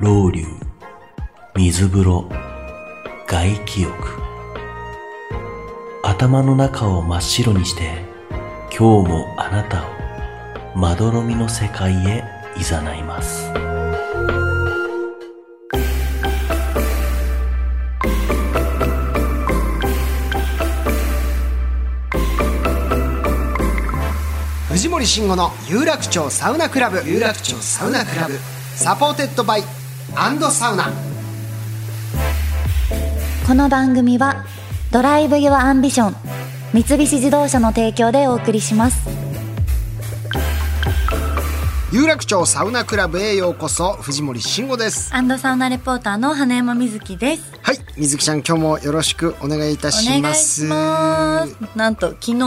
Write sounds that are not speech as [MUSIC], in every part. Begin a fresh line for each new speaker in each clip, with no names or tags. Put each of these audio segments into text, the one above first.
老流水風呂外気浴頭の中を真っ白にして今日もあなたをまどろみの世界へ誘います
藤森慎吾の有楽町サウナクラブ有楽町サウナクラブサポーテッドバイアンドサウナ
この番組は「ドライブ・ユア・アンビション」三菱自動車の提供でお送りします
有楽町サウナクラブへようこそ藤森慎吾です
アンドサウナレポーターの花山瑞希です
はい水木ちゃん今日もよろしくお願いいた
お
し
願
ま
い
す
しますなんと昨日
ええ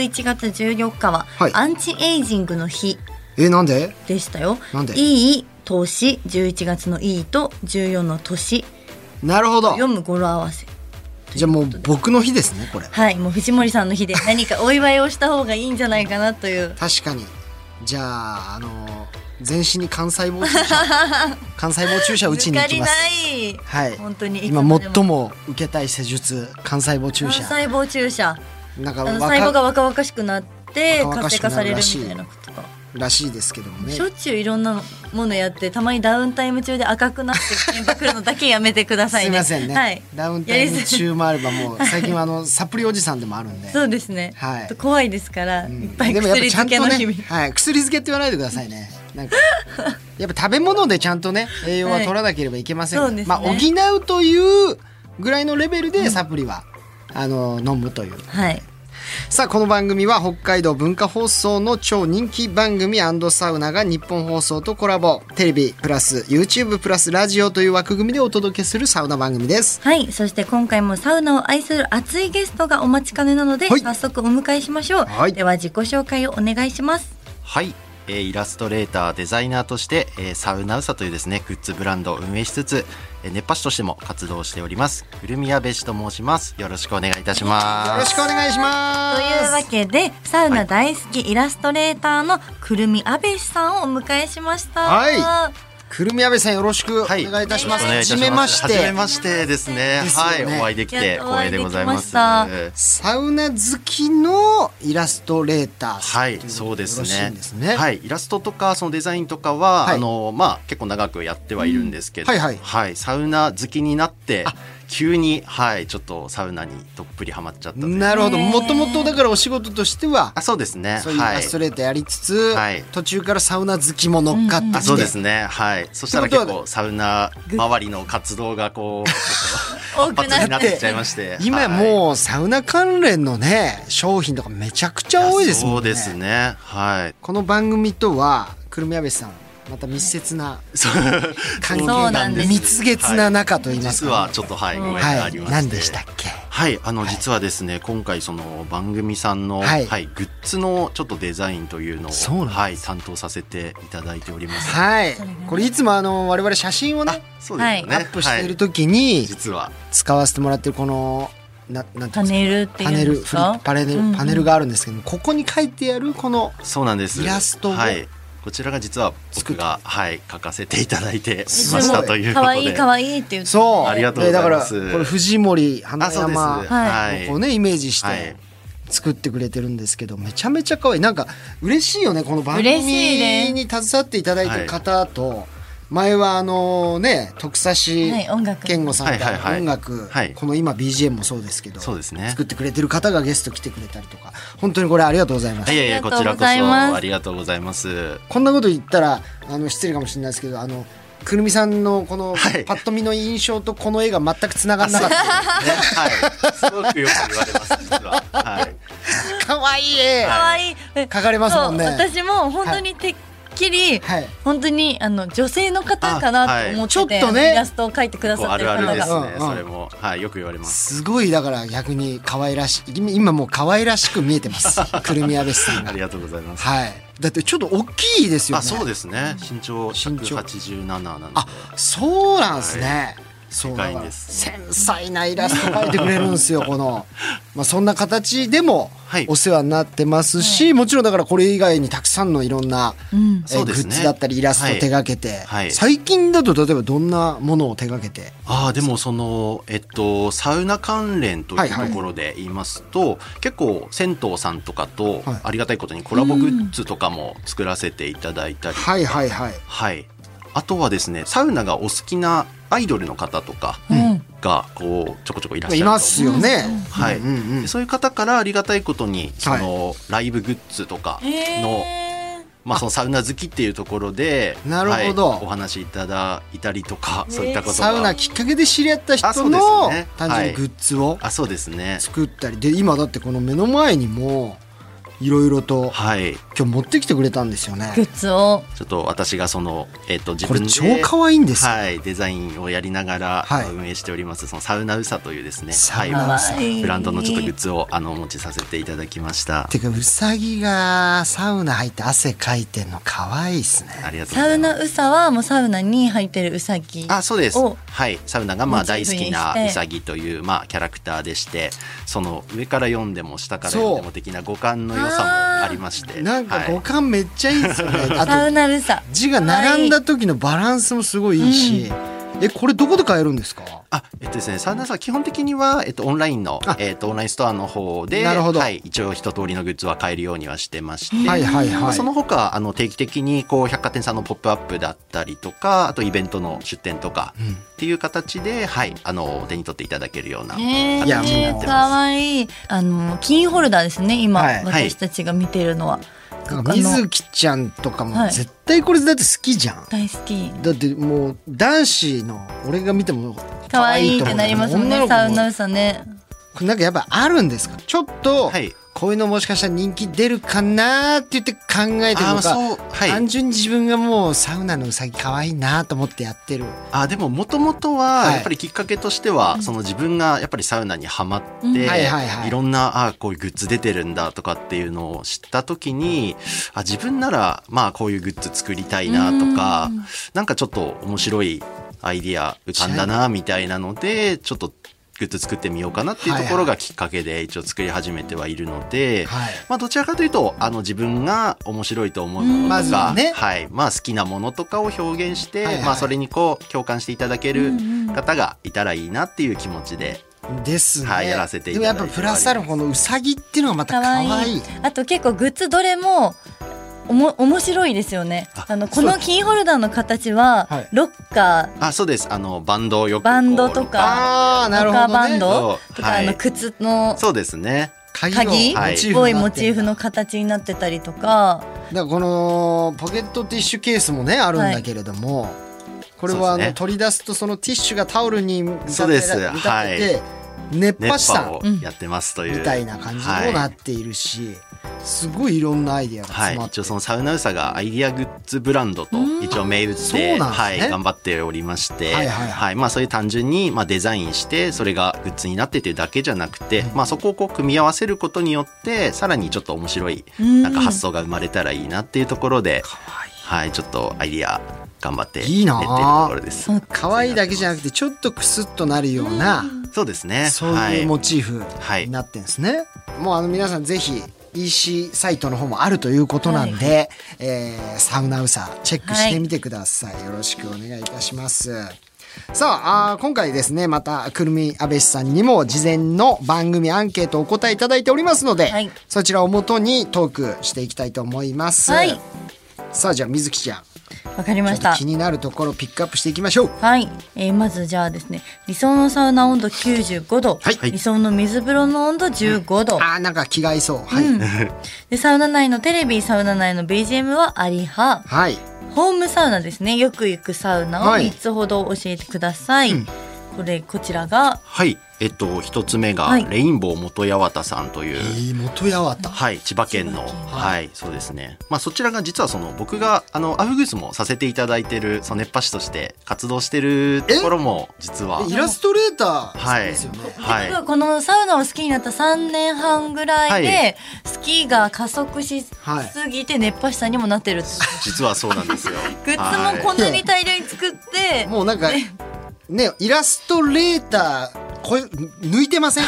11月14日は
はい
アンチエイジングの日
えなんで
でしたよ、
なんで
いい年11月のいいと14の年
なるほど
読む語呂合わせ
じゃあもう僕の日ですねこれ
はいもう藤森さんの日で何かお祝いをした方がいいんじゃないかなという
確かにじゃああの全身に幹細胞注 [LAUGHS] 射幹細胞注射打ちに行きます
抜かり
は
ない
い
本当にいつ
今
まで
最も受けたい施術幹細胞注
幹
射
細胞注射
なんか
あの
若
細胞が若々しくなって
若々
活
し
性
くな
化
る
されるみたいなことが、
らしいですけどもね
しょっちゅういろんなものやってたまにダウンタイム中で赤くなって現場来るのだけやめてくださ
す
い
い
ね
ませんね、
はい、
ダウンタイ
や [LAUGHS]
ム
りづらい
中もあればもう最近はあのサプリおじさんでもあるんで
そうですね、
はい
ちょっと怖いですから、
うん
いっぱい薬漬けの日々、
ね、はい、薬漬けって言わないでくださいねなんかやっぱ食べ物でちゃんとね栄養は取らなければいけませんから、
はいそうですね
まあ、補うというぐらいのレベルでサプリは、あの飲むという
はい
さあこの番組は北海道文化放送の超人気番組サウナが日本放送とコラボテレビプラス YouTube プラスラジオという枠組みでお届けするサウナ番組です
はいそして今回もサウナを愛する熱いゲストがお待ちかねなので、
はい
早速お迎えしましょう、
はい
では自己紹介をお願いします
はい、えーイラストレーターデザイナーとして、えーサウナウサというですねグッズブランドを運営しつつ、えー熱波師としても活動しております古宮べしと申しますよろしくお願いいたし
よろ
ま
し
す
くお願いしま
と
す
いうわけでサウナ大好きイラストレーターのくるみあべしさんをお迎えしました、
はいくるみ阿部さんよろしくお願いいたします、
よろ
は
し
じ
くお願い
め
いたし
まして
初めましてですね
ですよ
は
ね
いお会いできて
やっとお
光
会
栄
い
で
できま
ご
した
ざいます
サウナ好きのイラストレーターさん
はい
と、い
そう
こと
です
よろしい
ね
んですね、
はい、イラストとかそのデザインとかは、
はい
あのまあ結構長くやってはいるんですけど、
うんはいはい
サウナ好きになって急にはいちょっとサウナにどっぷりハマっちゃったという
なるほど
へー
もともとだからお仕事としては
あそうですね
そういうイ
は
ラストレーターやりつつ、
はい
途中からサウナ好きも乗っかってきて、
あそうですねはいそしたら
ってこ
結
とは
構サウナ周りの活動がこ
[LAUGHS]
うちょ
多
っと
く
活発
な
にな
っ
っててきちゃいまして
今
う
もうサウナ関連のね商品とかめちゃくちゃ多いですもんね
そうですねはい
この番組とはくるみやべさんまた密接な
そう
関係
そうなんです
蜜月な仲といいます
実
か、
はちょっとはいご縁があ
は
り
い
まして
何でしたっけ
はい、あの、実はですね、今回その番組さんの、
は
はいい、グッズのちょっとデザインというのを、
そうなんです
はい、担当させていただいております。
はい
それがね
これいつもあの我々写真をね
そうですよね。
ア
はい、
ップしている時に
実は、
使わせてもらってるこのななんてい
パ
うんですか
ネルってい
パ
う
ネ
ん
ル
で
フ
す
リッ
か
プパネル
うんうん
パネルがあるんですけどもここに書いてあるこの
そうなんです。
イラストを
はい。こちらが実は
作っ
僕が、はい、書かせていただいて
す
い
ごい
ましたということで。
可愛い可愛いって言って
そう
ありがとうございます
でだからこれ藤森花
あ、そうです。
山
は
はい。
をねイメージし
は
て
い
作ってくれてるんですけどめちゃめちゃ可愛いなんか嬉しいよねこの番組
嬉しいね
に携わっていただいてる方と前はあのね徳差し
はい音楽
健吾さん
はいはい
が
はい
音楽
はい
この今 BGM もそうですけど
そうですね
作ってくれてる方がゲスト来てくれたりとか本当にこれありがとうございま
い
す
やいや、こちらこそ、
ありがとうございます
ありがとうございます。
こんなこと言ったらあの失礼かもしれないですけどあのくるみさんのこの
はい
パッと見の印象とこの絵が全く繋がらなかった
[LAUGHS] ね、はい。すごくよく言われます、実は。はい。
可愛い絵
可愛いえ
描かれますもんね
そう私も本当にてっきり、
はい
本当にあの女性の方かなと思って
あ
て、
はいちょっとね
イラストを描いてくだ
こう
さっ
あ
てる
るあ
方
る
が、
ですね
う。んうん
それもはいよく言われます。
すごいだから逆に可愛らしい今今もう可愛らしく見えてます
[LAUGHS]
くるみやべしさん
あ
が
りがとうございます。
はいだってちょっと大きいですよね
あそうですね。身長
身長
187なので。
あそうなんですね、そうだ
で
か
かいん
ら
です
繊細なイラスト描いてくれるんです
[LAUGHS]
よこの、まあ、そんな形でも
はい
お世話になってますし、もちろんだからこれ以外にたくさんのいろんな、えー
そう
グ
ですね
ッズだったりイラストを手がけて、
はいはい
最近だと例えばどんなものを手がけて
ああでもそのえっとサウナ関連と
はいいうはい
ところで言いますと、結構銭湯さんとかと
はい
ありがたいことにコラボグッズとかも作らせていただいたり、
はいはいはい
はい、あとはですねサウナがお好きなアイドルの方とか
うん
がこうちょこちょこいらっしゃ
い
ると思う
ますよね、
はい
うんうんうん
でそういう方からありがたいことにその、ライブグッズとかの,、
へ
まあ、そのサウナ好きっていうところで
なるほど
はいお話しいただいたりとかそういったことが
サウナきっかけで知り合った
あそ
人
うです
の
ね
単純にグッズを
あそうですね
作ったりで今だってこの目の前にもいろいろと
はい
今日持ってきてくれたんですよね
ーグッズを
ちょっと私がその、えっと自
これ
分で
超可愛いんですよ
はい、デザインをやりながら
はい
運営しております、そのサウナウサというですね
サウナ
は
ウ
サ
い、ブランドのちょっとグッズをあのお持ちさせていただきました
てかうさぎがサウナ入って汗かいてんの可愛いっすね
ありがとうご
サ
ざ
ウ
います
ナウサはもうサウナに入ってるウサギ
あそうです
を
はいサウナがまあ
モチー
大
フ
好
に
きな
して
ウサギというまあキャラクターでしてその上から読んでも下から読んで
そう
も的な五感の良さもありまして
なんか
はい
五感めっちゃいいっすよね、
サウ
あと
ナウサ
字が並んだ時のバランスもすごいいいし、えこれどこで買えるんですか
あ、えっとですね、サウナさんは基本的には、えっと、オンラインの
あ、
えっと、オンラインストアの方で、
なるほど
はい、一応一通りのグッズは買えるようにはしてまして、
はいはいはい
まあその他、あの、定期的に、こう、百貨店さんのポップアップだったりとか、あとイベントの出店とか、っていう形で、はい、あの、手に取っていただけるような形
え
になって
ー、
ます。
かわいいあのキーホルダーですね今、
はい
はい
私たちが見てるのは
なん
こ
か
この
水木ちゃんとかも
はい
絶対これだって好きじゃん、
大好き
だってもう男子の俺が見ても
可愛いってなりますもん
女
ね
の子
サウナウサね
これなんかやっぱあるんですかちょっと
はい
こういうのもしかしたら人気出るかなーって言って考えてる
あ
のか、
ー、そう、はい
単。純に自分がもうサウナのうさぎ可愛いなと思ってやってる
あでももともと
は
はいやっぱりきっかけとしては、その自分がやっぱりサウナにはまって、
うんはい
はいはい
ろんなあこういうグッズ出てるんだとかっていうのを知った時にあ自分ならまあこういうグッズ作りたいなとか、なんかちょっと面白いアイディア浮かんだなみたいなのでちょっとグッズ作ってみようかなっていうところがきっかけで一応作り始めてはいるので、
はい
まあどちらかというとあの自分が面白いと思うものとか、
まずはね
はいまあ、好きなものとかを表現して、
はいはい
まあ、それにこう共感していただける方がいたらいいなっていう気持ちで、
ですね、
はいやらせていた
で
だい
もや
て
っぱプラスアルフォのうさぎっていうのがまた
可
可愛
愛
い
いあと結構グッズどれもおも面白いですよね
あ
あのこのキーホルダーの形は
はい
ロッカ
あそうですあのバンドをよくこう
バンドとか
ああ
ー
な
ロ
る
ッカ
ほ
ーバ
ど
ン
ね
ド
そう
とか
は
あ
い
の靴の
そうですね
鍵
を
は
モ
い
チ
っ
ーフ
ぽい
にな
モ
って
チー
る
フの形になってたりとか
だからこのポケットティッシュケースもねあるんだけれども、これはあ
そうです
の、
ね
取り出すとそのティッシュがタオルに見立
そう
て
です
見立てて、熱波師
熱
さ
波
ん
をやってますという、
みたいな感じにもなっているし、すごいいろんなアイディアが
は
詰
い、
まってる、
一応そのサウナウサがアイディアグッズブランドと一応銘打って、
そうなんです
は
ね
い、頑張っておりまして、
はいはいはい
まあ、そういう単純に、まあ、デザインしてそれがグッズになってというだけじゃなくて、まあ、そこをこう組み合わせることによってさらにちょっと面白いなんか発想が生まれたらいいなっていうところで、はい、ちょっとアイディア頑張って
いいなあ
練ってるところです。
可愛いだけじゃなくてちょっとクスッとなるような、
そうですね
そういうモチーフ
はい
になってんですね、もうあの皆さんぜひ EC サイトの方もあるということなんで、えーサウナウサチェックしてみてください、よろしくお願いいたしますさああー今回ですねまたくるみ安倍氏さんにも事前の番組アンケートをお答えいただいておりますので、
はい
そちらをもとにトークしていきたいと思います、
はい
さあじゃあ水木ちゃん
わかりま
ちょ
し
ったと気になるところをピックアップしていきましょう
はい、えー、まずじゃあですね理想のサウナ温度95度、
はい
理想の水風呂の温度15度、
あーなんか気が合いそうはい、
でサウナ内のテレビサウナ内の BGM はアリ派
はい
ホームサウナですねよく行くサウナを
はい
3つほど教えてください、これこちらが
はいえっと、一つ目が、
はい
レインボー元八幡さんという、
えー、元八幡
はい、千葉県の、
は
はい、そうですね。まあ、そちらが実はその僕があのアフグースもさせていただいてる、その熱波師として活動してるところも実は
え、イラストレーター
はい
ですよね、、
はい
僕、
[LAUGHS]
はこのサウナを好きになった3年半ぐらいで、
は
スキーが加速しす
はい
ぎて熱波師さんにもなってる、
実はそうなんですよ。
グッ
は
ズ
い
もこんなに大量に作って、
もうなんかねイラストレーターこれ抜いて
[LAUGHS]
ません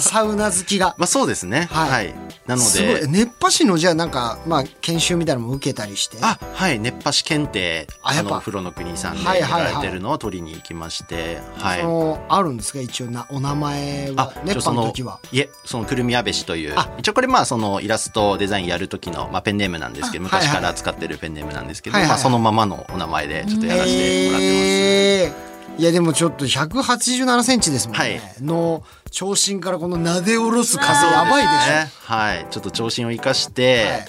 サウナ好きが
まあ、そうですね。
は
はいい、なの
すごい
で、
熱波師のじゃあなんか、まあ、研修みたいなのも受けたりして
あ、はい、熱波師検定、
あや
あ
っぱ
の風呂の国さんで
はい
や
はいはい
られてるのを取りに行きまして、はい。
そのあるんですか一応なお名前は熱波の時は。
いえそのくるみ安部氏という
あ
一応これまあそのイラストデザインやる時の、まあ、ペンネームなんですけど
あはいはい
昔から使ってるペンネームなんですけど、
はいはいはい
まあ、そのままのお名前でちょっとやらせてもらって
えーいやでもちょっと187センチですもんね、
はい
の長身からこのなで下ろす
ます、
風やばいでし
そうですねはいちょっと調子を生かして、
はい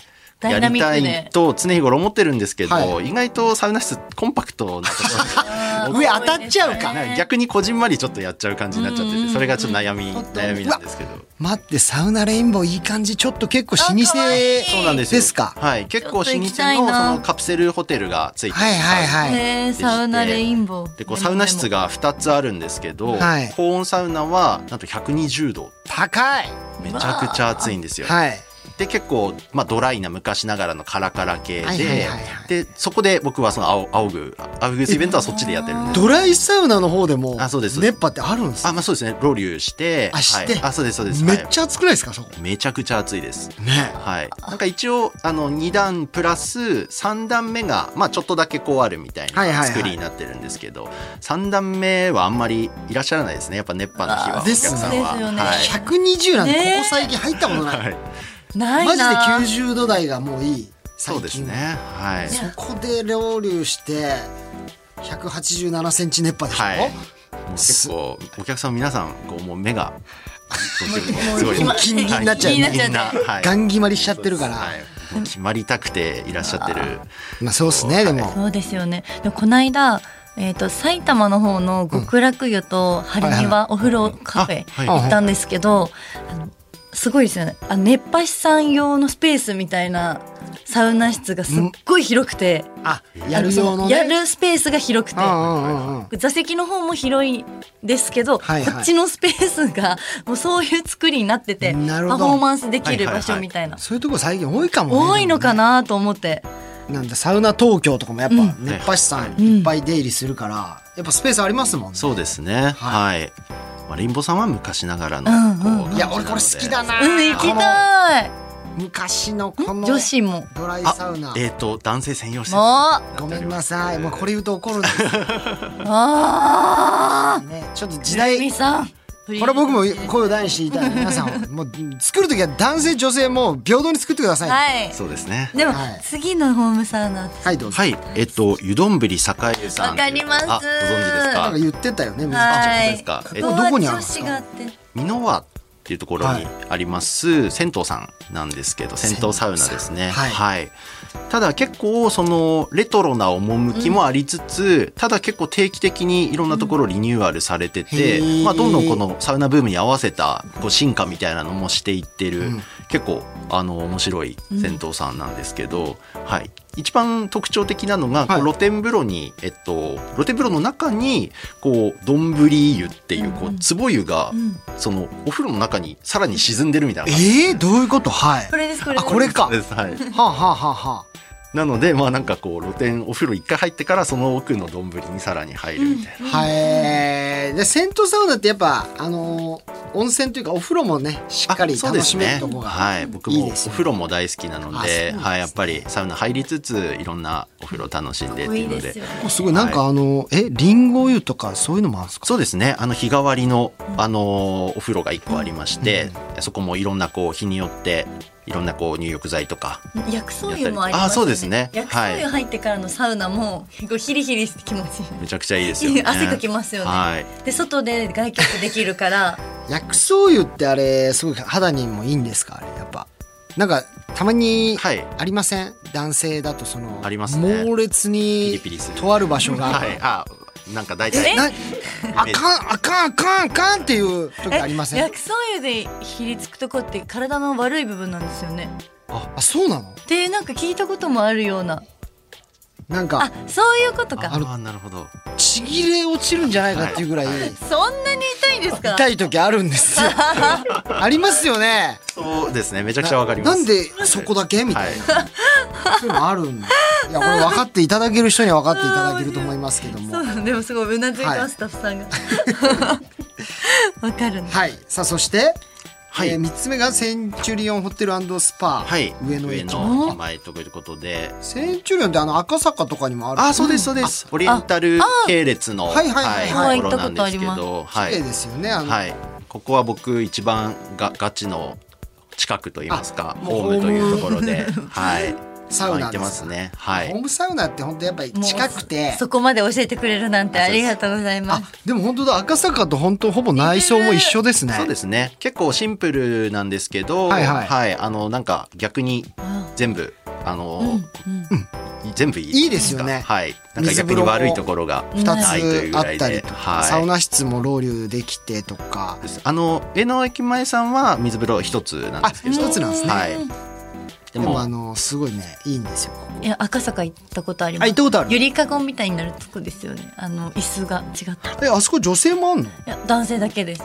ダ
やりた
イナミック
い
で
と常日頃思ってるんですけど、
は
意外とサウナ室コンパクトなとこ
あー
上当たっちゃうか
ろなんか
逆
逆にこじんまりちょっとやっちゃう感じになっちゃっててそれがちょっと悩み
本当
悩みなんですけど
ょ待ってサウナレインボーいい感じちょっと結構老舗
あかわいいそうなん
ですよ
か
はい結構老舗
ちょっと行きたいな
のそのカプセルホテルがついてる
はいはいは
サウナ
い、
へーサウナレインボー
でこうサウナ室が2つあるんですけど、
はい
高温サウナはなんと120度
高い
めちゃくちゃ暑いんですよ。
はい
で結構、まあ、ドライな昔ながらのカラカラ系で,、
はいはいはいはい
でそこで僕はその青青具青グースイベントはそっちでやってるんです。
ドライサウナの方でも
あそうです
熱波ってあるんです
あ
よ
まあそうですねロウリュして
あして
はい、あそうですそうです
め
は
っ
い
ちゃ暑くないですかそこ
めちゃくちゃ暑いです。
ね
はい、なんか一応あの2段プラス3段目が、まあ、ちょっとだけこうあるみたい
はいはいは
ない作りになってるんですけど、三3段目はあんまりいらっしゃらないですねやっぱ熱波の日は
あ
お
で
客
すね
さんは。
ですよね
はい
120なんてこ
ねえ
こ最近入ったことない、
はい、
ない
マジで
な
90度台がもういい最
そう
近
ですね。はい。
そこでロウリュして187センチ熱波でしょ、
はい。もう結構お客さん皆さんこうもう目が
う
[LAUGHS] すごい
もうキンキンになっちゃう
はい
ね
キンキンなはい
ガン決まりしちゃってるから、
はいもう決まりたくていらっしゃってる。
まあそうですねでも、
そうですよね。でもこの間、えっ、と埼玉の方の極楽湯と春
はいは
庭お風呂カフェ
あはい
行ったんですけど、あのすごいですよね。あ熱波師さん用のスペースみたいなサウナ室がすっごい広くて、
あやる用のね
やるスペースが広くて。
うんうんうんうん
座席の方も広いですけど、
はいはい
こっちのスペースがもうそういう作りになってて
なるほ
パ
ど
フォーマンスできる
はいはいは
場
い
所みたいな、
そういうとこ最近多いかも、ね、
多いのかなと思って、
なんだサウナ東京とかもやっぱ
ん
熱波師さんいっぱい出入りするから、やっぱスペースありますもんね
そうですね。はい。まあリンボさんは昔ながらの
うん
こう感
い
じ
や
なの
俺
で
これ好きだな
うん行きたい
この昔のこの
女子も
ドライサ
あ
ウナ、
えっと男性専用施設。
もう
ごめんなさいもうこれ言うと怒るんです
あ
ね
[LAUGHS]
ちょっと時
時
代
代さん
これ僕も
は
声を大にして言いたい皆さ
[LAUGHS]
んもう作る時は男性女性もう平等に作ってください、い、
い
そうですね。
でも、
はい
次のホームサウナ
はいどうぞ、
はい。えっと湯どんぶり栄さんという。
わかります
あご存知です
なん
か
か。言ってたよね水木
は
はい
あそうですかえ
ここ
ど
は
こにあるん
女
です
子
か
があって
美濃和っていうところにあります、銭湯さんなんですけど銭湯サウナですね
は
はいい、ただ結構そのレトロな趣もありつつ、ただ結構定期的にいろんなところリニューアルされてて、
うん
まあ、どんどんこのサウナブームに合わせたこう進化みたいなのもしていってる、
ん
結構あの面白い銭湯さんなんですけど、はい一番特徴的なの
は
が、
い
こう露天風呂に、えっと、露天風呂の中にこう丼湯っていうこう壺湯が
ん
そのお風呂の中にさらに沈んでるみたいな感じ
えー、どういうことはい
これですこれ
あ
です
これかは
です。はい。
あ、はあはあは
なので、まあなんかこう露天お風呂一回入ってからその奥の丼にさらに入るみたいな。
あ、はいえーで銭湯サウナってやっぱあのー温泉というかお風呂もねしっかり
あそう
楽
です
しめ
ね
るとこが、
はい、僕
いい
もお
ですよね
風呂も大好きな
あそ
ので
うなんですね
はい、やっぱりサウナ入りつついろんなお風呂楽しんでって
い
いう
い
の
で
で。
すよね
すごいなんかあの、えリンゴ湯とかそういうのもあるんですか
そうですねあの日替わりの、あのーお風呂が1個ありまして、そこもいろんなこう日によっていろんなこう入浴剤とか
薬草湯もありますよね
あそうですね
薬草湯入ってからのサウナも結構ヒリヒリして気持ちいい
めちゃくちゃいいですよ
[LAUGHS]
ね
汗かきますよね
はい
で外で外気できるから
薬草湯ってあれすごい肌にもいいんですかあれやっぱなんかたまに
はい
ありません男性だとその
ありますね
猛烈
ピ
に
リピリする
とある場所が
はい、あなんか大体
なあかんあかんあかんあかんっていう時 [LAUGHS] ありません
薬草油でひりつくとこって体の悪い部分なんですよね。
あそうなの
でなんか聞いたこともあるような。
なん
あ
か
そういうこと
あ
か。
あなるほど
ちぎれ落ちるんじゃないかっていうぐらい
そんなに痛いんですか。
痛い時あるんです
[LAUGHS]
よありますよね
そうですねめちゃくちゃわかりま
な
す
んでそこだけみたいな、そういうのあるんだいやこれ分かっていただける人には分かっていただけると思いますけども
そうでもすごいうなずいてます、
はい
スタッフ
[LAUGHS]
さんが。わかるね。
はいさあそして、
はい
え3つ目がセンチュリオンホテルスパ、
はい
上野
上
駅
の名前ということで
センチュリオンってあの赤坂とかにもある
あそうですそうですオリエンタル系列の
はいはいはい
はいと
はい
ころなんですけ
行ったこ
どは
綺麗ですよねあの、
はい、ここは僕一番がガチの近くと言いますか
もう
ホームというところで、はい、
サウナ
行ってますね。は
ホー
い。
ムサウナって本当やっぱり
もう
近くて
そこまで教えてくれるなんてありがとうございま
あ
す。
でも本当だ赤坂と本当ほぼ内装も一緒ですね
そうですね。結構シンプルなんですけど、
はいはい
あのなんか逆に全部あの、全部いい
いいですよね
はい。なんか逆に悪いところが
2
ないという
つ
ぐ
あ
ら
っ
い
たり
で、
とか、サウ
はい。
ナ室もロウリュできてとか
あの上野駅前さんは水風呂一つなんですけど、
あ一つなんですね
はい。
で
で
も
も
あのすごいねいいんですよここ
いや赤坂行ったことありま
あ
す。
行ったことある
ゆりかごみたいになるとこですよね。あの椅子が違った。い
えあそこ女性もあんの
や男性だけです。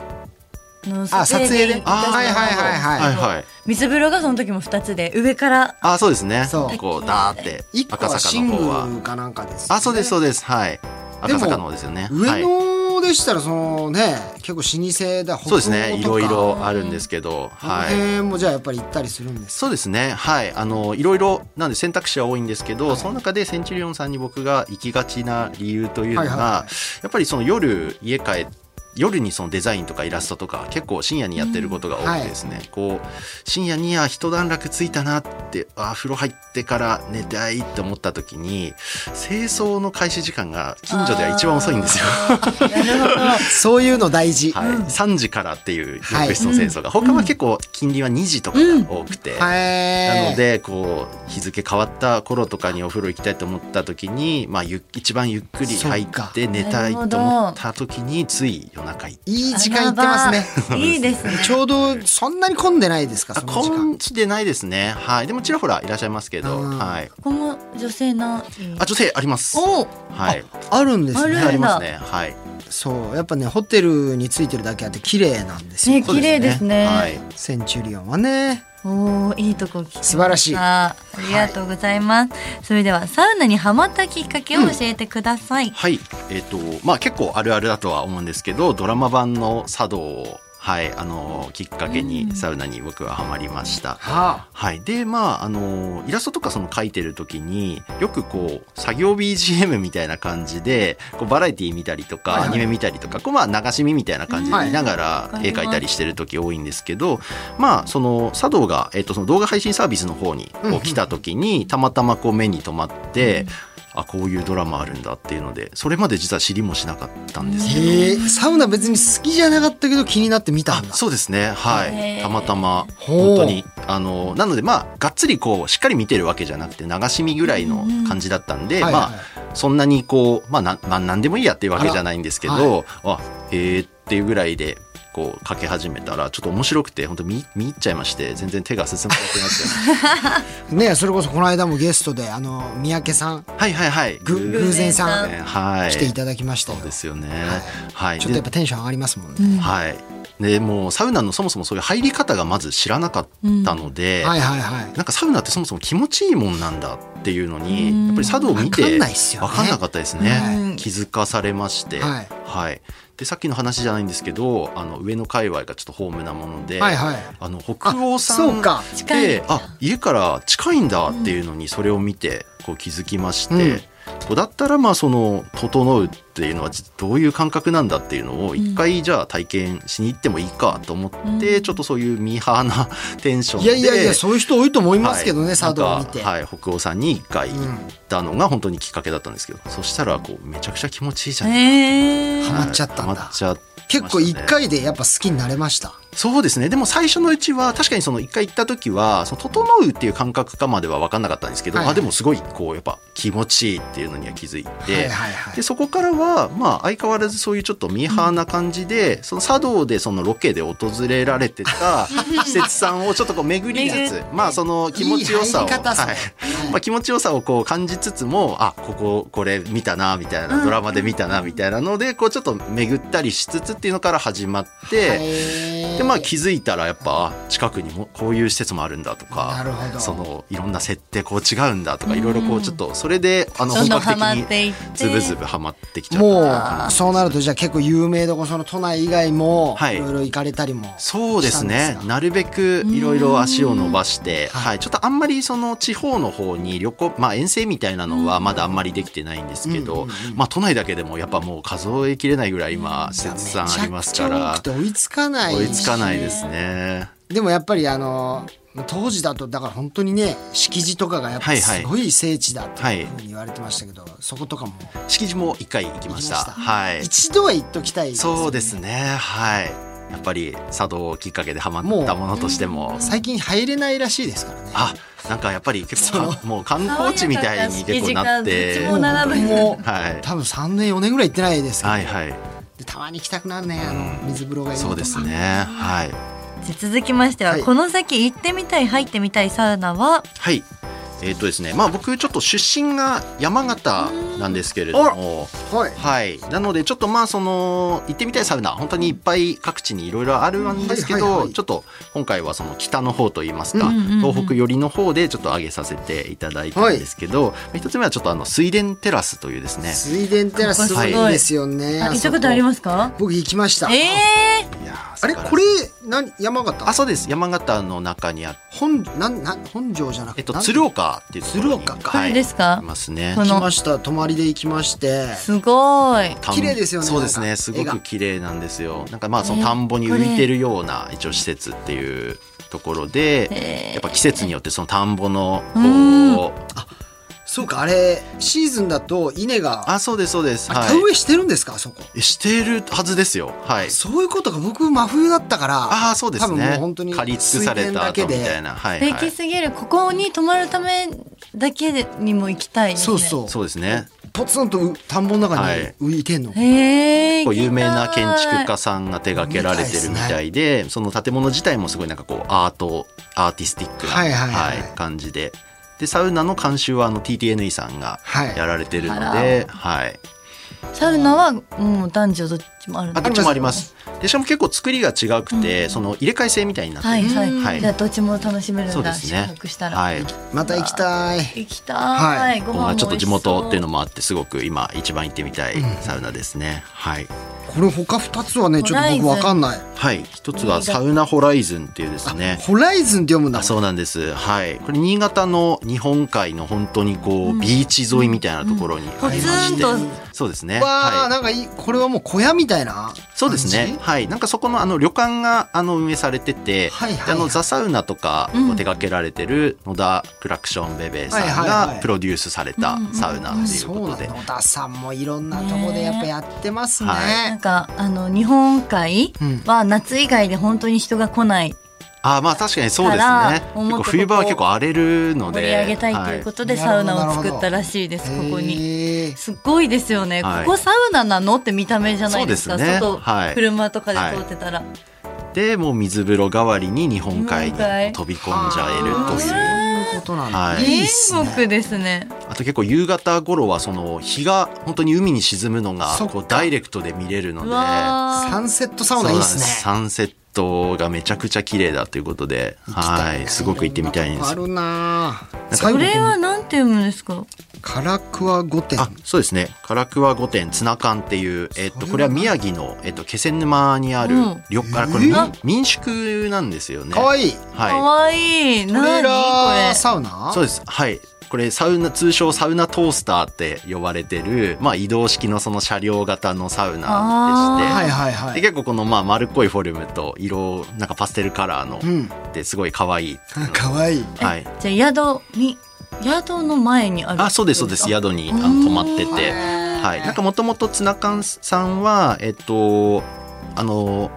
の
あ撮影で
行ったことある
あーはいはいはいはい
はいはい
水風呂がその時も二つで上から
あそうですね
そう
こうダーって
一個
赤
はシ
坂
ン
の
グ
方は
ルかなんかですよね、
あそうですそうですはい
でも
赤坂の方ですよねはい
上野でしたらそのね結構老舗だ
そうですねい
北欧
ろい
とか
ろあるんですけど
この
はい
辺もじゃあやっぱり行ったりするん
[LAUGHS]
です
そうですねはいあのいろいろなんで選択肢は多いんですけど、その中でセンチュリオンさんに僕が行きがちな理由というのが、
はいはいは
やっぱりその夜家帰って夜にそのデザインとかイラストとか結構深夜にやってることが多くてですね、こう深夜にあ一段落ついたなってあ風呂入ってから寝たいって思った時に清掃の開始時間が近所では一番遅いんですよ。
そういうの大事、
はい、3時からっていう浴室の清掃が、他は結構近隣は2時とかが多くて、
へー
なのでこう日付変わった頃とかにお風呂行きたいと思った時に、まあ、ゆっ一番ゆっくり入って寝たいと思った時につい夜中行って。
いい時間行ってますね [LAUGHS]
穴場いいですね。
ちょうどそんなに混んでないですか
あ
その時間
今日でないですね。はい。でもちらほらいらっしゃいますけど、
うん
はい。
ここも女性の
あ女性あります。
お
はい。
あるんです
あ
ね
るんだ
ありますね。はい。
そうやっぱねホテルについてるだけあって綺麗なんですよ、
ね綺麗ですね。
はい。
センチュリオンはね
おおいいとこ聞きました
素晴らしい
ありがとうございます、それではサウナにハマったきっかけを教えてください、
はい、えっ、と、まあ、結構あるあるだとは思うんですけど、ドラマ版の茶道を。はい、あのきっかけにサウナに僕はハマりました。
は
はい、でまああのイラストとかその描いてる時によくこう作業 BGM みたいな感じでこうバラエティ見たりと
はいは
か
い
アニメ見たりとかこうまあ流し見みたいな感じで
はい
見ながら
わか
絵
ります
描いたりしてる時多いんですけどまあその茶道がえっとその動画配信サービスの方に
うんう
こ
ん
う来た時にたまたまこう目に留まって。あこういうドラマあるんだっていうのでそれまで実は知りもしなかったんですけど
へえサウナ別に好きじゃなかったけど気になって見た
あ
んだ
そうですねは
へー
いたまたま
ほう
本当にあのなのでまあがっつりこうしっかり見てるわけじゃなくて流し見ぐらいの感じだったんで、
はいはい
まあそんなにこうまあな、まあ、何でもいいやっていうわけじゃないんですけどあ,、へえっていうぐらいでこう書き始めたらちょっと面白くて本当見見入っちゃいまして全然手が進まなくなっちゃいま
[LAUGHS]
した
ねそれこそこの間もゲストであの三宅さん
はいはいはい
ぐ偶然さ
偶
ん
ねはい
来ていただきましたよ、
そうですよね
は
はい、
ちょっとやっ
で
ぱテンション上がりますもんね、
はいでもうサウナのそもそもそういう入り方がまず知らなかったので、
はいはいはい
なんかサウナってそもそも気持ちいいもんなんだっていうのにやっぱり茶道を見て
わかんないっすよね
わかんなかったですね、
は
気づかされまして
はい
でさっきの話じゃないんですけどあの上の界隈がちょっとホームなもので、
はいはい
あの北欧さ
あそうんか
であ家から近いんだっていうのにそれを見てこう気づきまして、
うん
こうだったらまあその「整う」っていうのはじどういう感覚なんだっていうのを一回じゃあ体験しに行ってもいいかと思って、ちょっとそういうミーハーな [LAUGHS] テンション
い
で
やいやいやそういう人多いと思い
はい
ますけどね、茶道を見て、
なんかはい、北欧さんに一回行ったのが本当にきっかけだったんですけど、そしたらこうめちゃくちゃ気持ちいいじゃん、
えー
ハマっちゃったんだ
はいハマっちゃってましたね
結構一回でやっぱ好きになれました
そうですねでも最初のうちは確かにその一回行った時はその整うっていう感覚かまでは分かんなかったんですけど、
はいはい
あでもすごいこうやっぱ気持ちいいっていうのには気づいて、
はいはいはい
でそこからはまあ相変わらずそういうちょっとミーハーな感じで、その茶道でそのロケで訪れられて
[LAUGHS]
た施設さんをちょっとこう巡りつつまあその気持ちよさ
い
を
い入り方さ
はいまあ、気持ちよさをこう感じつつもあこここれ見たなみたいな、ドラマで見たなみたいなのでこうちょっと巡ったりしつつっていうのから始まって。
へー
でまあ気づいたらやっぱあ近くにもこういう施設もあるんだとか
なるほど
そのいろんな設定こう違うんだとかいろいろこうちょっとそれであの
どん
本
どん
格
ハ
的
マっていっ
に
て
ズブズブハマってきちゃった
もうそうなるとじゃあ結構有名どころその都内以外も
はい
いろいろ行かれたりも、
そうで
し
す
たん
ね
ですが
なるべくいろいろ足を伸ばして、
はい
はい、ちょっとあんまりその地方の方に旅行、まあ、遠征みたいなのはまだあんまりできてないんですけど、まあ、都内だけでもやっぱもう数えきれないぐらい今施設さんありますか
めちゃくちゃ多
ら
くて追いつかないし
追いつかないですね。
でもやっぱりあの当時だとだから本当にね敷地とかがやっぱ
はいはい
すごい聖地だと
はいいう
ふうに言われてましたけど、そことかも
敷地も一回行きました。
行きました
はい。
一度は行っときたいですね
そうですね。はい。やっぱり茶道をきっかけでハマったものとしても。
最近入れないらしいですからね
あ、なんかやっぱり結構かもう観光地みたいに結構なっ
爽
て
や。かな敷地がうちも並ぶ
もう
はい。
多分3年4年ぐらい行ってないですけど、
はいはい。
でたまに行きたくなるねあの水風呂がいいとか
そうですね。はい。
じゃあ続きましては、
はい
この先行ってみたい入ってみたいサウナは
はい。えっ、とですね。まあ僕ちょっと出身が山形なんですけれども。
はい
はい、なのでちょっとまあその行ってみたいサウナ本当にいっぱい各地にいろいろあるんですけ
は
ど、
いはいはい
ちょっと今回はその北の方といいますか、東北寄りの方でちょっと上げさせていただいたんですけど、一つ目はちょっとあの水田テラスというですね
水田テラスすごいですよね、
あ行ったことあり
す
ますか
僕行きました、
ええ
いやー
あれ
素晴らしい
これ何山形
あそうです山形の中にあって、
本なんなん本庄じゃなくて、
えっと、
なん
鶴岡っていうところに
鶴岡か
こ
は
れ
い、
ですか
いますね
こ
行
の
きました泊まりで行きまして
すごい
田ん
綺麗ですよね
そうです
なん
ね
か
すご
絵が
く綺麗なんですよなんかまあそ
え
の
ー
田んぼに浮いてるような一応施設っていうところで、
えー
やっぱ季節によってその田んぼのこう、
うん
そうかあれシーズンだと稲が
あそうですそうです
あ田植えしてるんですかあそこ
いしてるはずですよはい
そういうことか僕真冬だったから
ああそうです
多分も
ね
う本当に
借り尽くされた
水
後
田だけ
み
で
たいなはい、
素
は
敵
い、
すぎるここに泊まるためだけでにも行きたいです
そ
ね
うそう
そうですね
ポツンとう田んぼの中
は
に
い
浮いてんの、
へえ
こう有名な建築家さんが手掛けられてるみたいでその建物自体もすごいなんかこうアートアーティスティックな、
はいはいはい
感じででサウナの監修はあの TTNE さんが
はい
やられてるので、はい
サウナはもう男女どっちもある
あ
の
どっちもありますでしかも結構作りが違くて、その入れ替え制みたいになって
はい
て、
はい、
はい
じゃあどっちも楽しめる
そ
ん
うで
だ、
す
宿
ね
泊したら、
はい
また行きたい
行きたい、ご飯
ま
も
あちょっと地元っていうの
も
もあってすごく今一番行ってみたいサウナですね、はい
これ他二つはねちょっと僕わかんない
はい一つはサウナホライズンっていうですね
ホライズンって読むんだ
あそうなんですはいこれ新潟の日本海の本当にこう、ビーチ沿いみたいなところにありまして、
ポツン
そうですね
わあ、
はい
なんかいいこれはもう小屋みたいな
そうですね
感じ
はいなんかそこのあの旅館があの運営されてて、
はいはいはい
であのザ・サウナとかを手掛けられてる野田クラクションベベさん
はいはいは
が
い
プロデュースされたサウナという
そ
こ
う
と
な
で、
の野田さんもいろんなとこでやっぱやってますね
ねえ
なんかあの日本海は夏以外で本当に人が来ない、
あーまあ確かにそうです
から
ね結
もっとこ
構
こ
冬場は結構荒れるので
盛り上げたいということで、
はい
サウナを作ったらしいですここに。
へえ
すっごいですよね、
はい
ここサウナなのって見た目じゃないですか
そうですね
外、
はい
車とかで通ってたら、
はいでもう水風呂代わりに日本海に飛び込んじゃえるという。
そういうことなんだ、
はい
いいっ
天
すね
国ですね
あと結構夕方頃はその日が本当に海に沈むのが
そっか
こうダイレクトで見れるの
う
で
わー
サンセットサ
そ
ウ
う
ナ
な
い
いんで
っ
す
すね
サンセットがめちゃくちゃ綺麗だということで、
行きた
はい、すごく行ってみたいんで
あ
す。
るなあ
こ
最後
れはなんて読むんですか
カラクワ御殿
あ、そうですね。唐桑御殿ツナ館っていう、えっと、これは宮城の、えっと、気仙沼にある
うん
旅館、これ
えー
民民宿なんですよね。
かわいい
はい。
可愛、いい
トレー
何こ
ラー
れ
サウナ
そうです。はい。これサウナ通称サウナトースターって呼ばれてる、まあ、移動式のその車両型のサウナでし
あ
て、
ー
はいはいは
で
い
結構このまあ丸っこいフォルムと色なんかパステルカラーの、
ん
ですごい可愛いっていうの
かわいい
はい
じゃあ宿に宿の前にある
あそうですそうです宿にあの泊まっててはいなんかもともとツナ缶さんはえっとあの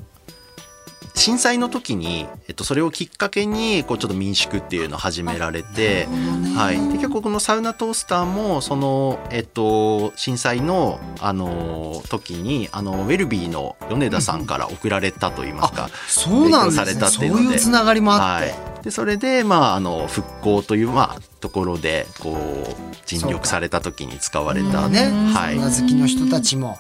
震災の時に、えっと、それをきっかけにこうちょっと民宿っていうのを始められて、はい、で結構このサウナトースターもその、えっと、震災の、あの時にあのウェルビーの米田さんから送られたといいますか、
そうなんで
提
す
供
ね。
さ
そう
れたっていうので
いうつながりもあっ
は
て。
い、でそれで、まあ、あの復興という、まあ、ところでこう尽力された時に使われた、
ね、
は
サウナ
い、
好きの人たちも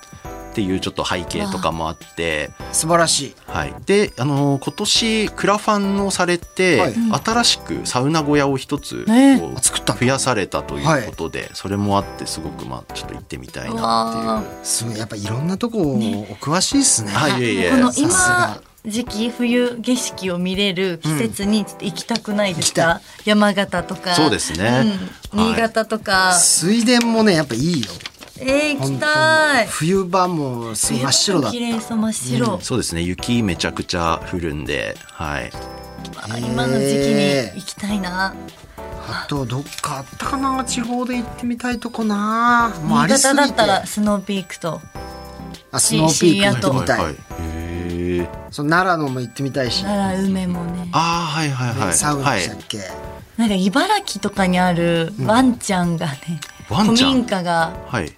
っていうちょっと背景とかもあって、
素晴らしい。
はい、で、あの今年クラファンをされて、
はい
新しくサウナ小屋を一つ、
ね
こう
あ作った
増やされたということで、それもあってすごく、まあ、ちょっと行ってみたいなっていう。
すごいやっぱいろんなとこお詳しいですね。
はい、いえいえ
この
さす
今
が
時期冬景色を見れる季節にちょっと行きたくないです
うん
か、山形とか
そうですね
うん
はい
新潟とか、
水田もねやっぱいいよ。
えー、行き
本当に
たい
冬場もすごい真っ白だった
綺。麗そう真っ白、
そうですね雪めちゃくちゃ降るんで、はい、
あ今の時期に行きたいな
あとどっかあったかな地方で行ってみたいとこな。もうあ
新
りす
潟
ぎて。
だったらスノーピークと
あスノーピーク
行
行
っ
ってて
み
みたい。
はいはいへー
その奈良のも行ってみたいし。
奈良梅もね
ああはいはいはい、
サウナ
は
で
い
したっけ。
なんか茨城とかにあるワンちゃんがね、
ワンちゃ
古
ん
民家が
はい、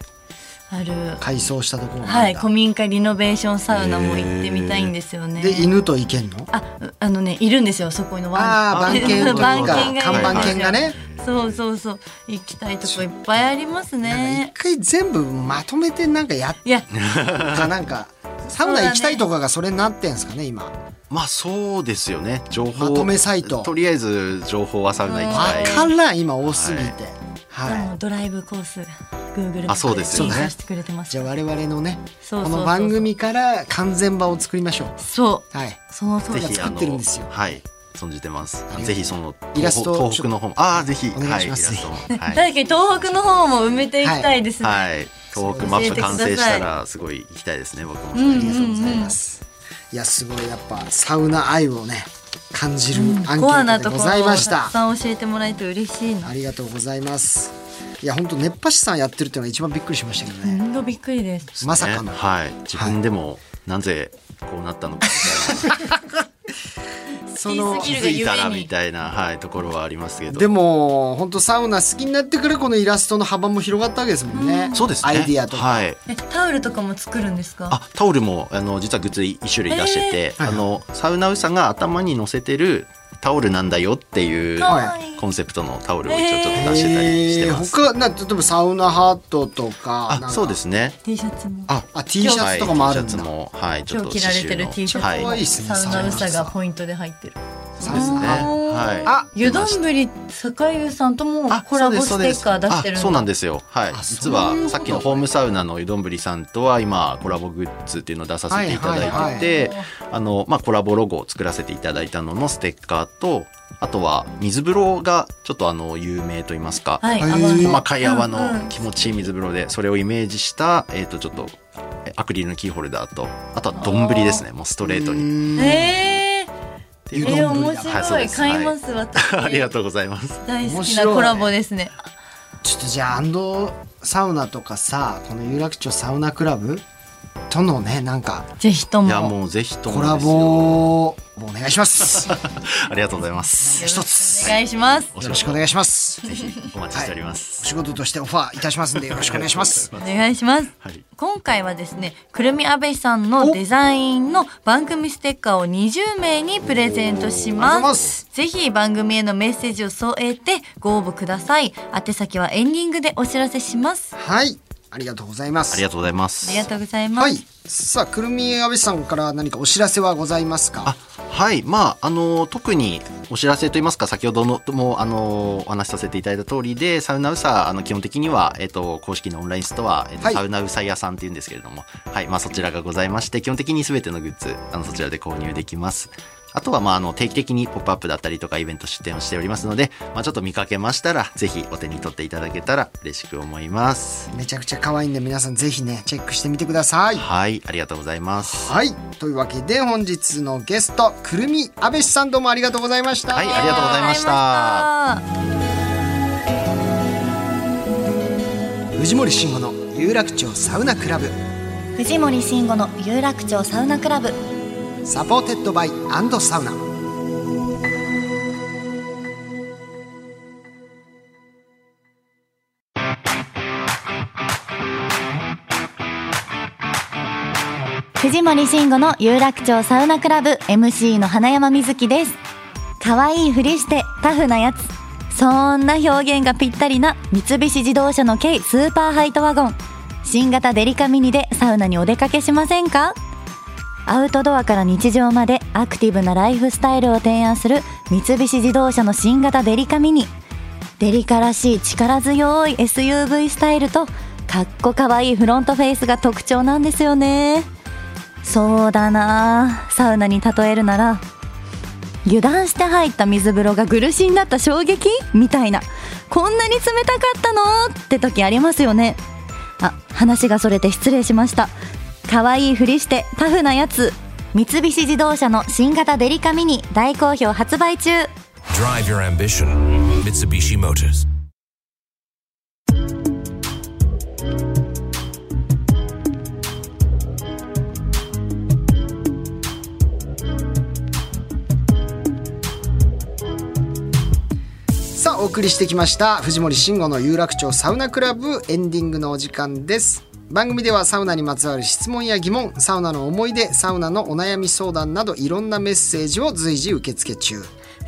ある
改装したところなんだ。
はい古民家リノベーションサウナも行ってみたいんですよね
で犬と行けんの？
あ、うあのね、いるんですよ、そこの
あ
ワン。
ー番犬と
[LAUGHS] 番犬がいるんですよ
看板犬
がね。
そうそうそう、行きたいとこいっぱいあります
なんか一
ね。
回全部まとめてなんかやっ
いや、 [LAUGHS]
かなんかサウナ行きたいとかがそれになってんすかね今
まあそうですよね情
ま
報
とめサイト
とりあえず情報はサウナ行きたい
分からん今多すぎてはい、
もうドライブコースが Google
あそうですよね
提供してくれてます
じゃあ。我々のね
そうそうそう
この番組から完全版を作りましょう
そう、
はい
その通
ぜ
り。
ひ
作ってるんですよ
あのはい存じてます
りがとう
ぜひその
イラストを
東東北の方もああぜひ
お願いします
は
[LAUGHS]
[LAUGHS]
い、イラストもはい、
確かに東北の方も埋めていきたいですね。
はい、東北マップ完成したらすごい行きたいですね僕も、
ありがとうございます、いやすごいやっぱサウナ愛をね感じるアンケ
コア
ー
な
ト
と
で
こ
ご
ろ
ざい
を
ました
たくさん教えてもらえて嬉しいな
あ。りがとうございますいや本当熱波師さんやってるっていうのが一番びっくりしましたけどね、
本当びっくりです。
まさかの、
ねはい自分でもなぜこうなったのかみたいな
そ
好
の
き
気
すぎる
づいたら
ゆえに
みたいなはいところはありますけど
でも本当サウナ好きになってからこのイラストの幅も広がったわけですもんね、
そうですね
アイディアとか、
はい
え、タオルとかも作るんですか。
あタオルもあの実はグッズ一種類出してて、
ー
あのサウナウさんが頭に乗せてるタオルなんだよっていう
かわいい
コンセプトのタオルを一応ちょっと出してたりしてます。
えー他な例えばサウナハットとかなん
あ
か
そうですね。
T シャツも。
ああ T シャツとかもあるんだ、
はい T シャツもはいちょ
今
っと
日着られてる T シ
は
ャ
い
ツ
可愛いっすね
もサウナウ
サ
サ
ウナウサ
がポイントで入ってる。
そうですね。はい。
あ
湯どんぶり坂湯さんとも
あ
コラボ
そ
ス
うで
テ
す
ッカー出してる
あそうなん
で
ですよはい
あそ
実
ういうこ
は
と
さっきのホームサウナの湯どんぶりさんとは今コラボグッズっていうのを出させていただいてて、
はいはい
あのまあコラボロゴを作らせていただいたののステッカーとあとは水風呂がちょっとあの有名と言いますか、
はい、
へー
泡の
細かい泡
うんう
の
ん
気持ちいい水風呂でそれをイメージしたえっ、とちょっとえアクリルのキーホルダーとあとはどんぶりですねもうストレートに。
に
えー
って
え
い
湯
う
ど
の
んぶり
ー、
を
面
はいそう
白
で
い
す
買います、
はい [LAUGHS] ありが
私
とうございます。
大好
面
きな
白い
コラボですね
ちょっとじゃあアンドサウナとかさこの有楽町サウナクラブとのねなんか
ぜひと
い
も
やもうぜひとも
コ
です
ラ
よ
ボをお願いします
[LAUGHS]
よ
ありがとうございます。
一つ
お願いします
お
ろしくお願いします
ぜひお待ちしております。
お仕事としてオファーいたしますんでよろしくお願いし
[LAUGHS]
ます
お願いします、
はい
今回はですねくるみ阿部さんのデザインの番組ステッカーを20名にプレゼントし
おありがとうござい
ま
ますす
ぜひ番組へのメッセージを添えてご応募ください宛先はエンディングでお知らせします
はいありがとうございます
ありがとうございます。
ありがとうございます、
はいさあくるみ阿部さんから何かお知らせはございますか
あはい、まあ、あの、特にお知らせといいますか、先ほどのも、あの、お話しさせていただいた通りで、サウナウサ、あの、基本的には、えっと、公式のオンラインストア、えっと
はい
サウナウサ屋さんっていうんですけれども、はい、まあ、そちらがございまして、基本的に全てのグッズ、あの、そちらで購入できます。あとは、まあ、あの、定期的にポップアップだったりとか、イベント出店をしておりますので、まあ、ちょっと見かけましたら、ぜひお手に取っていただけたら嬉しく思います。
めちゃくちゃ可愛いんで皆さんぜひねチェックしてみてください。
はい、ありがとうございます。
はいというわけで本日のゲストくるみ安部さんどうもありがとうございました。
はい、ありがとうございました。
あ
藤森慎吾の有楽町サウナクラブ
藤森慎吾の有楽町サウナクラブ
サポーテッドバイサウナ
藤森慎吾の有楽町サウナクラブ MC の花山瑞希です可愛いふりしてタフなやつそんな表現がぴったりな三菱自動車の軽スーパーハイトワゴン新型デリカミニでサウナにお出かけしませんかアウトドアから日常までアクティブなライフスタイルを提案する三菱自動車の新型デリカミニデリカらしい力強い SUV スタイルとかっこかわいいフロントフェイスが特徴なんですよねそうだなあサウナに例えるなら油断して入った水風呂が苦しんだった衝撃みたいなこんなに冷たかったのって時ありますよねあ話がそれて失礼しました可愛いふりしてタフなやつ三菱自動車の新型デリカミニ大好評発売中
Drive your ambition. Mitsubishi Motors.
さあお送りしてきました藤森慎吾の有楽町サウナクラブエンディングのお時間です番組ではサウナにまつわる質問や疑問サウナの思い出サウナのお悩み相談などいろんなメッセージを随時受付中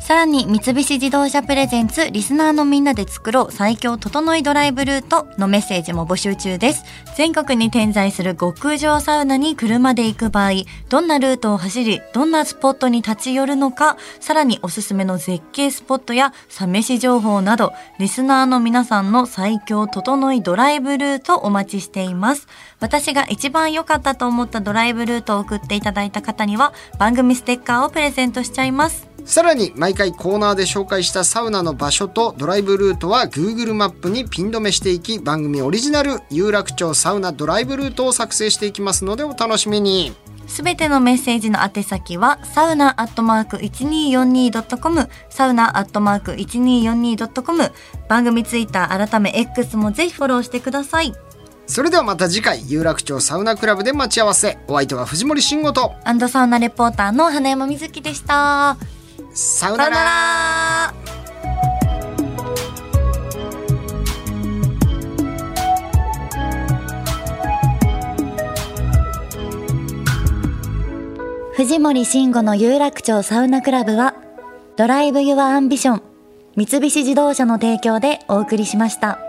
さらに三菱自動車プレゼンツリスナーのみんなで作ろう最強整いドライブルートのメッセージも募集中です。全国に点在する極上サウナに車で行く場合、どんなルートを走り、どんなスポットに立ち寄るのか、さらにおすすめの絶景スポットやサ飯情報など、リスナーの皆さんの最強整いドライブルートお待ちしています。私が一番良かったと思ったドライブルートを送っていただいた方には番組ステッカーをプレゼントしちゃいます。
さらに毎回コーナーで紹介したサウナの場所とドライブルートは Google マップにピン止めしていき番組オリジナル有楽町サウナドライブルートを作成していきますのでお楽しみに
すべてのメッセージの宛先は、サウナアットマーク 1242.com、サウナアットマーク 1242.com、番組ツイッター改め X もぜひフォローしてください。
それではまた次回有楽町サウナクラブで待ち合わせお相手は藤森慎吾と
アンドサウナレポーターの花山瑞希でした。
サウ
さ
ナ
よな
ラ
ら藤森慎吾の有楽町サウナクラブは、ドライブ・ユア・アンビション、三菱自動車の提供でお送りしました。